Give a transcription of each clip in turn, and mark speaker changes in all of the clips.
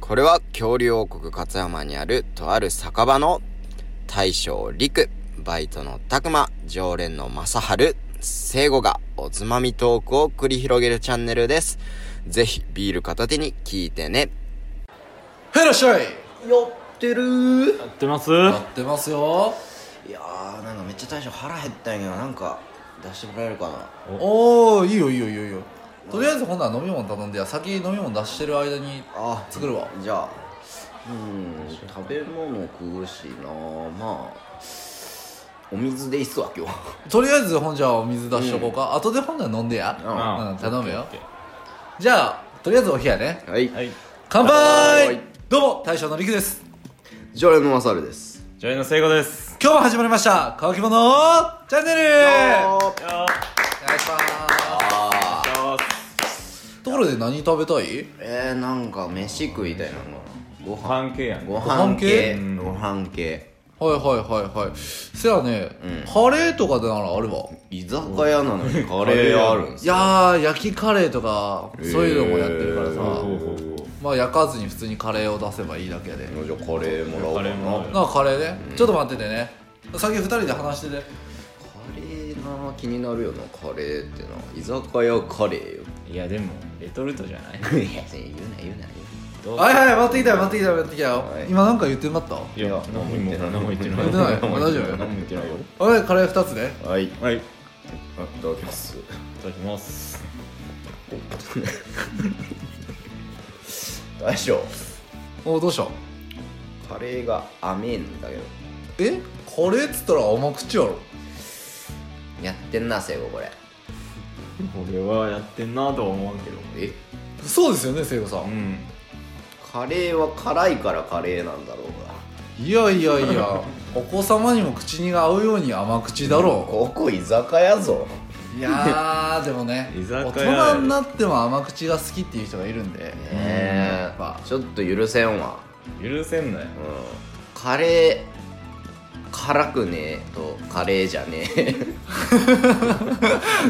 Speaker 1: これは恐竜王国勝山にあるとある酒場の大将陸、バイトの拓馬、常連の正春、聖子がおつまみトークを繰り広げるチャンネルです。ぜひビール片手に聞いてね。
Speaker 2: はいいらっしゃい
Speaker 3: やってるー
Speaker 4: やってます
Speaker 2: やってますよ
Speaker 3: いやーなんかめっちゃ大将腹減ったんやけどなんか出してもらえるかな
Speaker 2: おおいいよいいよいいよいいよとりあえずほんなら飲み物頼んでや先飲み物出してる間に
Speaker 3: あ
Speaker 2: 作るわ
Speaker 3: じゃあうん食べ物食うしなまあお水でいいっすわ今日
Speaker 2: とりあえずほんじゃあお水出しとこうか、後でほんなら飲んでや
Speaker 3: う
Speaker 2: うん頼むよ
Speaker 4: オッケー
Speaker 2: じゃあとりあえずお冷やね
Speaker 3: はい、
Speaker 4: オッケーはい
Speaker 2: 乾
Speaker 3: は
Speaker 2: 杯
Speaker 3: い
Speaker 2: どうも大将のりくです
Speaker 3: 常連のマサルです
Speaker 4: ジョイの聖子です
Speaker 2: 今日も始まりました乾き物チャンネルお願
Speaker 3: あ
Speaker 4: よー
Speaker 2: いしま
Speaker 3: あー
Speaker 4: よ
Speaker 2: すところで何食べたい
Speaker 3: えー、なんか飯食いたいなご
Speaker 4: ーご
Speaker 3: 飯
Speaker 4: 飯系やん
Speaker 3: ご飯系
Speaker 4: うん
Speaker 3: ご飯系
Speaker 2: はいはいはいはいせやね、
Speaker 3: うん
Speaker 2: カレーとかでならあるわ
Speaker 3: 居酒屋なのにカレーあるんす
Speaker 2: いやー焼きカレーとかそういうのもやってるからさ、
Speaker 4: ほうほうほうほう
Speaker 2: まあ焼かずに普通にカレーを出せばいいだけで
Speaker 3: じゃあカレーもらおうか
Speaker 4: カレーもらおう
Speaker 3: な
Speaker 4: よ
Speaker 2: なあカレーね、ちょっと待っててね先二人で話してて
Speaker 3: カレーな気になるよなカレーってな居酒屋カレーよ
Speaker 4: いやでもレトルトじゃない
Speaker 3: いや言うな言うな
Speaker 4: どう
Speaker 2: はいはい待ってきたよ待ってきたよ待ってきたよ、
Speaker 3: はい
Speaker 2: 今なんか言ってなかった
Speaker 4: いや何も言ってない何も言ってない
Speaker 2: 言ってないあ大丈夫
Speaker 4: 何も言ってないよ
Speaker 2: はいカレー二つね
Speaker 3: はい
Speaker 4: は
Speaker 3: あ
Speaker 4: いい
Speaker 3: いただきます
Speaker 4: ただきます
Speaker 3: 大将
Speaker 2: おどうした
Speaker 3: カレーが甘えんだけど
Speaker 2: えカレーっつったら甘口やろ
Speaker 3: やってんな聖子これ
Speaker 4: 俺はやってんなとは思うけど
Speaker 3: え
Speaker 2: そうですよね聖子さ
Speaker 4: うんん
Speaker 3: カレーは辛いからカレーなんだろうが
Speaker 2: いやいやいやお子様にも口に合うように甘口だろ
Speaker 3: ここ居酒屋ぞ
Speaker 2: ういやーでもね
Speaker 4: 居酒屋
Speaker 2: 大人になっても甘口が好きっていう人がいるんで
Speaker 3: ね
Speaker 2: やっ
Speaker 3: え
Speaker 2: ぱ
Speaker 3: ちょっと許せんわ
Speaker 4: 許せんなよ
Speaker 3: うんカレー辛くねえとカレーじゃねえ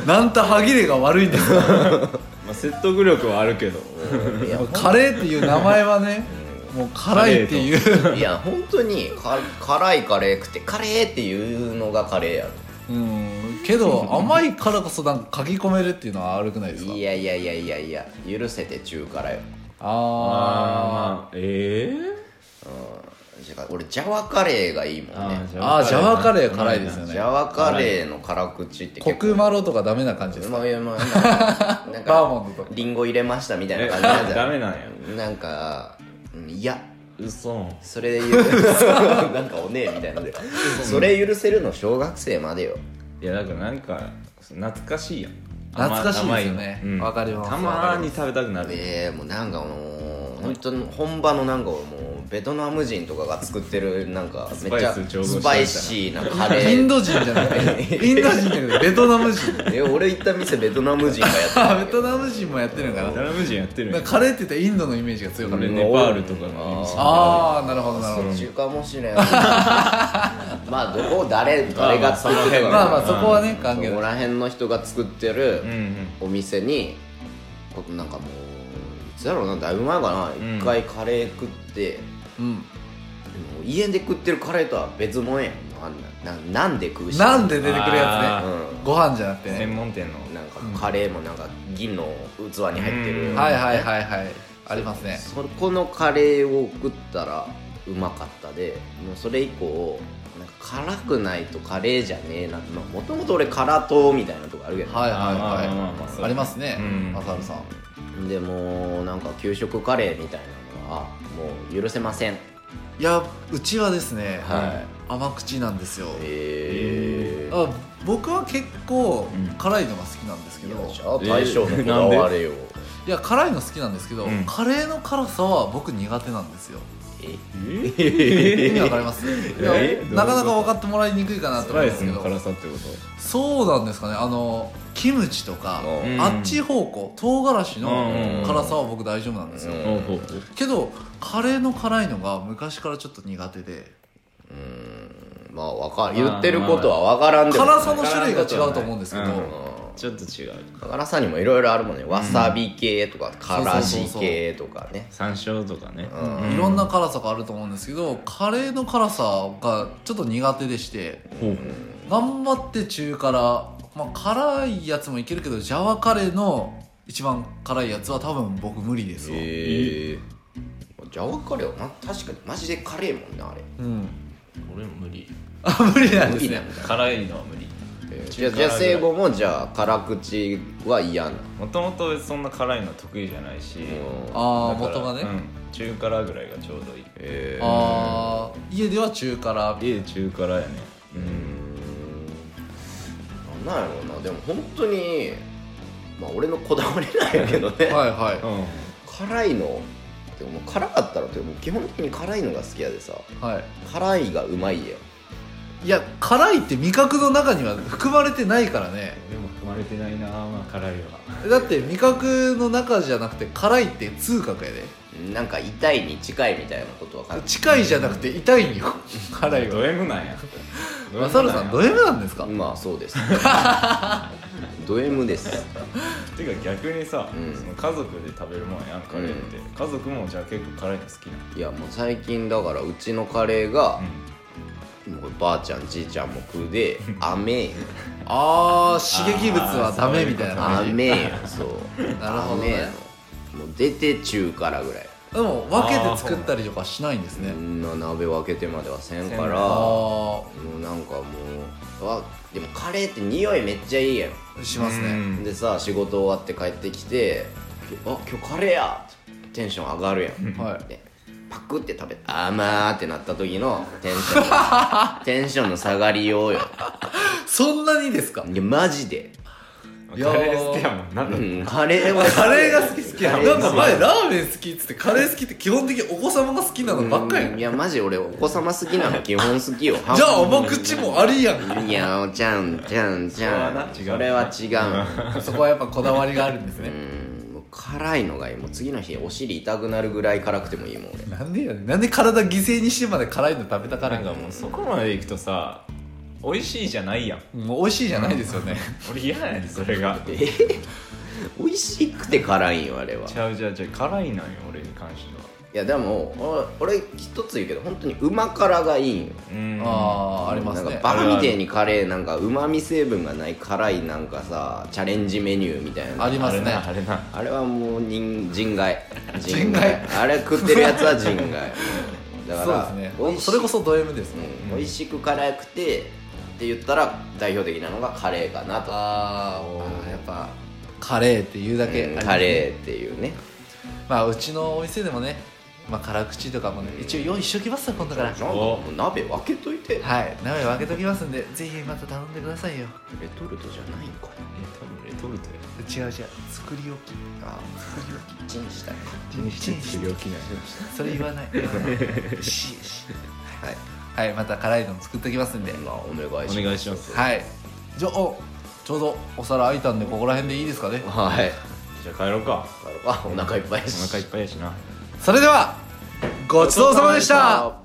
Speaker 2: なんた歯切れが悪いんですよ
Speaker 4: まあ説得力はあるけど
Speaker 3: いや
Speaker 2: カレーっていう名前はねもう辛いってい う
Speaker 3: いや本当にか辛いカレー食ってカレーっていうのがカレーや
Speaker 2: うんけど甘いからこそなんか書き込めるっていうのは悪くないですか
Speaker 3: ろいやいやいやいやいや許せて中辛よ、
Speaker 2: あ
Speaker 4: あーえ
Speaker 3: うん、てか俺ジャワカレーがいいもん
Speaker 4: え
Speaker 3: ね
Speaker 2: ーあージャワカレー辛いですよ
Speaker 3: ジ
Speaker 2: ね
Speaker 3: ャワカレーの辛口って
Speaker 2: コ
Speaker 3: 結構
Speaker 2: クマロとかダメな感じで
Speaker 3: う
Speaker 2: すか
Speaker 3: まいうまいなん
Speaker 2: バー
Speaker 3: か
Speaker 2: モンドとか
Speaker 3: リンゴ入れましたみたい
Speaker 4: え
Speaker 3: な感 じ
Speaker 4: ダメなんや
Speaker 3: じゃんなんかうんいや
Speaker 4: 嘘
Speaker 3: それで 言うなんかおねえみたいなのでそれ許せるの小学生までよ
Speaker 4: いやだからなんか懐かしいやん
Speaker 2: 懐かしいですよね
Speaker 4: 甘いの
Speaker 2: わかります
Speaker 4: たまーに食べたくなる
Speaker 3: えー、もうなんかあのー、本当に本場のなんかもうベトナム人とかが作ってるなんかめっちゃ
Speaker 4: スパイス調合した
Speaker 3: スパイシーなカレ
Speaker 2: イン
Speaker 3: ー
Speaker 2: ド人じゃないインド人だけどベトナム人
Speaker 3: え俺行った店ベトナム人がやって
Speaker 2: あ
Speaker 3: た
Speaker 2: ベトナム人もやってるのか
Speaker 4: ベ
Speaker 2: な
Speaker 4: トナム人やってる
Speaker 2: なん
Speaker 4: やん
Speaker 2: かカレーって言ったらインドのイメージが強かった
Speaker 4: 俺
Speaker 3: うん
Speaker 4: ネパールとかの
Speaker 2: ああなるほどなるほど
Speaker 3: 中かもしれんまあどこ誰誰が作ってるか
Speaker 2: まあまあそこはね
Speaker 3: そ
Speaker 2: 関係
Speaker 3: こ
Speaker 2: ない
Speaker 3: ら辺の人が作ってる
Speaker 4: うんうん
Speaker 3: お店にこなんかもういつだろうなだいぶ前かな一、
Speaker 4: ん
Speaker 3: 回カレー食って
Speaker 2: うん
Speaker 3: もう家で食ってるカレーとは別物やんあんなななんで食うし
Speaker 2: なんで出てくるや
Speaker 4: あ
Speaker 3: うん
Speaker 2: つねご飯じゃなくてね
Speaker 4: 専門店の
Speaker 3: なんかカレーもなんか銀の器に入ってる、
Speaker 4: うん
Speaker 2: はいはいはいはいありますね
Speaker 3: そこのカレーを食ったらうまかったでもうそれ以降なんか辛くないとカレーじゃねえなってもともと俺辛党みたいなとこあるけど、
Speaker 2: はいはい
Speaker 4: まあまあまあまあ
Speaker 2: は
Speaker 4: そう
Speaker 2: いありますね
Speaker 4: うん
Speaker 2: 浅野さん
Speaker 3: でもうなんか給食カレーみたいなのはもう許せません
Speaker 2: いやうちはですね
Speaker 3: は
Speaker 2: 甘口なんですよ
Speaker 3: え
Speaker 2: あ僕は結構辛いのが好きなんですけど
Speaker 3: じゃあ大将のこだわれよ、
Speaker 2: いや辛いの好きなんですけど
Speaker 4: うん
Speaker 2: カレーの辛さは僕苦手なんですよ意
Speaker 4: え
Speaker 2: 味わかりますいや
Speaker 4: え
Speaker 2: なかなか分かってもらいにくいかなと
Speaker 4: ス
Speaker 2: 思う
Speaker 4: ラ
Speaker 2: ん
Speaker 4: イ
Speaker 2: です
Speaker 4: ス
Speaker 2: け
Speaker 4: の
Speaker 2: ど
Speaker 4: 辛さってこと
Speaker 2: そうなんですかねあのキムチとか
Speaker 3: うん
Speaker 2: あっち方向唐辛子
Speaker 4: う
Speaker 2: の
Speaker 4: ん
Speaker 2: 辛さは僕大丈夫なんですよ
Speaker 3: うん
Speaker 4: ほうほうほう
Speaker 2: けどカレーの辛いのが昔からちょっと苦手で
Speaker 3: まあわかる言ってることはわからんでもない
Speaker 2: 辛さの種類が違うと思うんですけど
Speaker 4: うん
Speaker 3: うん
Speaker 4: ちょっと違う
Speaker 3: 辛さにもいろいろあるもんねわさび系とか、からし系とかね
Speaker 4: 山椒とかね
Speaker 2: いろんな辛さがあると思うんですけどカレーの辛さがちょっと苦手でして
Speaker 4: ほう
Speaker 2: 頑張って中辛、まあ、辛いやつもいけるけどジャワカレーの一番辛いやつは多分僕無理ですわ、
Speaker 3: へえジャワカレーはな確かにマジでカレーもんなあれ
Speaker 2: うん
Speaker 4: 俺も無理
Speaker 2: あ無理なんです
Speaker 3: 無理な
Speaker 2: ね
Speaker 3: んだ
Speaker 4: 辛いのは無理
Speaker 3: えーじゃあじゃあ聖子もじゃあ辛口は嫌なの
Speaker 4: もともとそんな辛いの得意じゃないし
Speaker 2: ああ
Speaker 4: だから
Speaker 2: 元がね、
Speaker 4: うん、中辛ぐらいがちょうどいい
Speaker 3: えー
Speaker 2: ああ家では中辛
Speaker 4: 家で中辛やね
Speaker 3: うんなんやろうなでも本当にまあ俺のこだわりなんやけど ね
Speaker 2: はいはい、
Speaker 4: うん
Speaker 3: 辛いのでももう辛かったらってもう基本的に辛いのが好きやでさ
Speaker 2: は
Speaker 3: 辛いがうまいやん
Speaker 2: い、いや辛いって味覚の中には含まれてないからね
Speaker 4: でも含まれてないなまあ辛い
Speaker 2: だ
Speaker 4: は
Speaker 2: って味覚の中じゃなくて辛いって痛覚やで
Speaker 3: なんか痛いに近いみたいなことは感じ
Speaker 2: 近いじゃなくて痛いんよ辛い
Speaker 4: ド
Speaker 2: は
Speaker 4: M なんや
Speaker 2: マサルさんド M なんですか
Speaker 3: まあそう ですド M です
Speaker 4: てか逆にさ、
Speaker 3: うん
Speaker 4: その家族で食べるもんやんカレーって、家族もじゃあ結構辛いの好きなの
Speaker 3: いやもう最近だからうちのカレーが、もうばあちゃんじいちゃんも食うで飴やん
Speaker 2: あー刺激物はダメみたいな
Speaker 3: ア
Speaker 2: 感じ
Speaker 3: メやんそう
Speaker 2: なるほどね
Speaker 3: アメやのもう出て中辛ぐらい
Speaker 2: でも分けて作ったりとかしないんですね
Speaker 3: こんな鍋分けてまではせんから
Speaker 4: せん
Speaker 3: もう
Speaker 2: あ
Speaker 3: なんかもうあでもカレーって匂いめっちゃいいやん
Speaker 2: あしますね
Speaker 4: うん
Speaker 3: でさ仕事終わって帰ってきて「あ今日カレーや!」テンション上がるやん
Speaker 2: はい
Speaker 3: でパクって食べて「あーまー」ってなった時のテンションテンションの下がりようよ
Speaker 2: そんなにですか
Speaker 3: いやマジで、
Speaker 4: カ
Speaker 2: いやー
Speaker 4: レー好きやもんな、
Speaker 3: うん、カレーは
Speaker 2: カレーが好き好きや
Speaker 3: カ
Speaker 2: ん
Speaker 3: レー
Speaker 2: なんか前ラーメン好きっつってカレー好きって基本的にお子様が好きなのばっかりや
Speaker 3: うんんい
Speaker 2: じ
Speaker 3: やマジ俺お子様好きなの基本好きよ
Speaker 2: ゃあ甘口もありやん
Speaker 3: いやおちゃんちゃんちゃん
Speaker 4: そ
Speaker 3: それ
Speaker 4: れは
Speaker 3: は
Speaker 4: な
Speaker 3: 違
Speaker 2: そこはやっぱこだわりがあるんです
Speaker 3: うう
Speaker 2: ね
Speaker 3: んもう辛いのがいいもう次の日お尻痛くなるぐらい辛くてもいいもん俺
Speaker 2: なんでやねんなんで体犠牲にしてまで辛いの食べたから
Speaker 4: なんかもうそこまでいくとさ美味しいじゃないやん
Speaker 2: もう美味しいじゃないですよね
Speaker 4: 俺嫌やねんそれが
Speaker 3: 美味しくて辛いんよあれは
Speaker 4: ちゃうちゃうちゃう辛いなんよ俺に関してはい
Speaker 3: やでも俺俺一つ言うけど本当にうま辛がいいんよ
Speaker 4: うん
Speaker 2: あああります
Speaker 3: なん
Speaker 2: ね
Speaker 3: かバカみてえにカレーなんかうまみ成分がない辛いなんかさチャレンジメニューみたいな
Speaker 2: ありますね
Speaker 4: あれな
Speaker 3: あれはもう人人外
Speaker 2: 人外
Speaker 3: あれ食ってるやつは 人外だか
Speaker 2: そう
Speaker 3: ら
Speaker 2: です
Speaker 3: 美味
Speaker 2: ね
Speaker 3: しい
Speaker 2: それこそド M ですね
Speaker 3: うん美味しく辛くてって言ったら代表的なのがカレーかなと
Speaker 2: あーあーやっぱカレーっていうだけあり
Speaker 3: うん
Speaker 2: ますね
Speaker 3: カレーっていうね
Speaker 2: まあうちのお店でもねまあ辛口とかもね一応用意しときますよ今度から
Speaker 3: なんかもう鍋分けといて
Speaker 2: はい鍋分けときますんでぜひまた頼んでくださいよ
Speaker 3: レトルトじゃないんかな
Speaker 4: え多分レトルトや
Speaker 2: 違う違う作り置き
Speaker 3: あチンしたい
Speaker 2: チンして
Speaker 4: 料金ない
Speaker 2: それ言わない言わないしし
Speaker 3: はい
Speaker 2: はいまた辛いのも作ってきますんで
Speaker 3: まあお願いします
Speaker 4: お願いします
Speaker 2: はいじゃあおちょうどお皿空いたんでここら辺でいいですかね
Speaker 3: はい
Speaker 4: じゃあ帰ろうか
Speaker 3: あお腹いっぱいやし
Speaker 4: お腹いっぱいやしな
Speaker 2: それではごちそうさまでした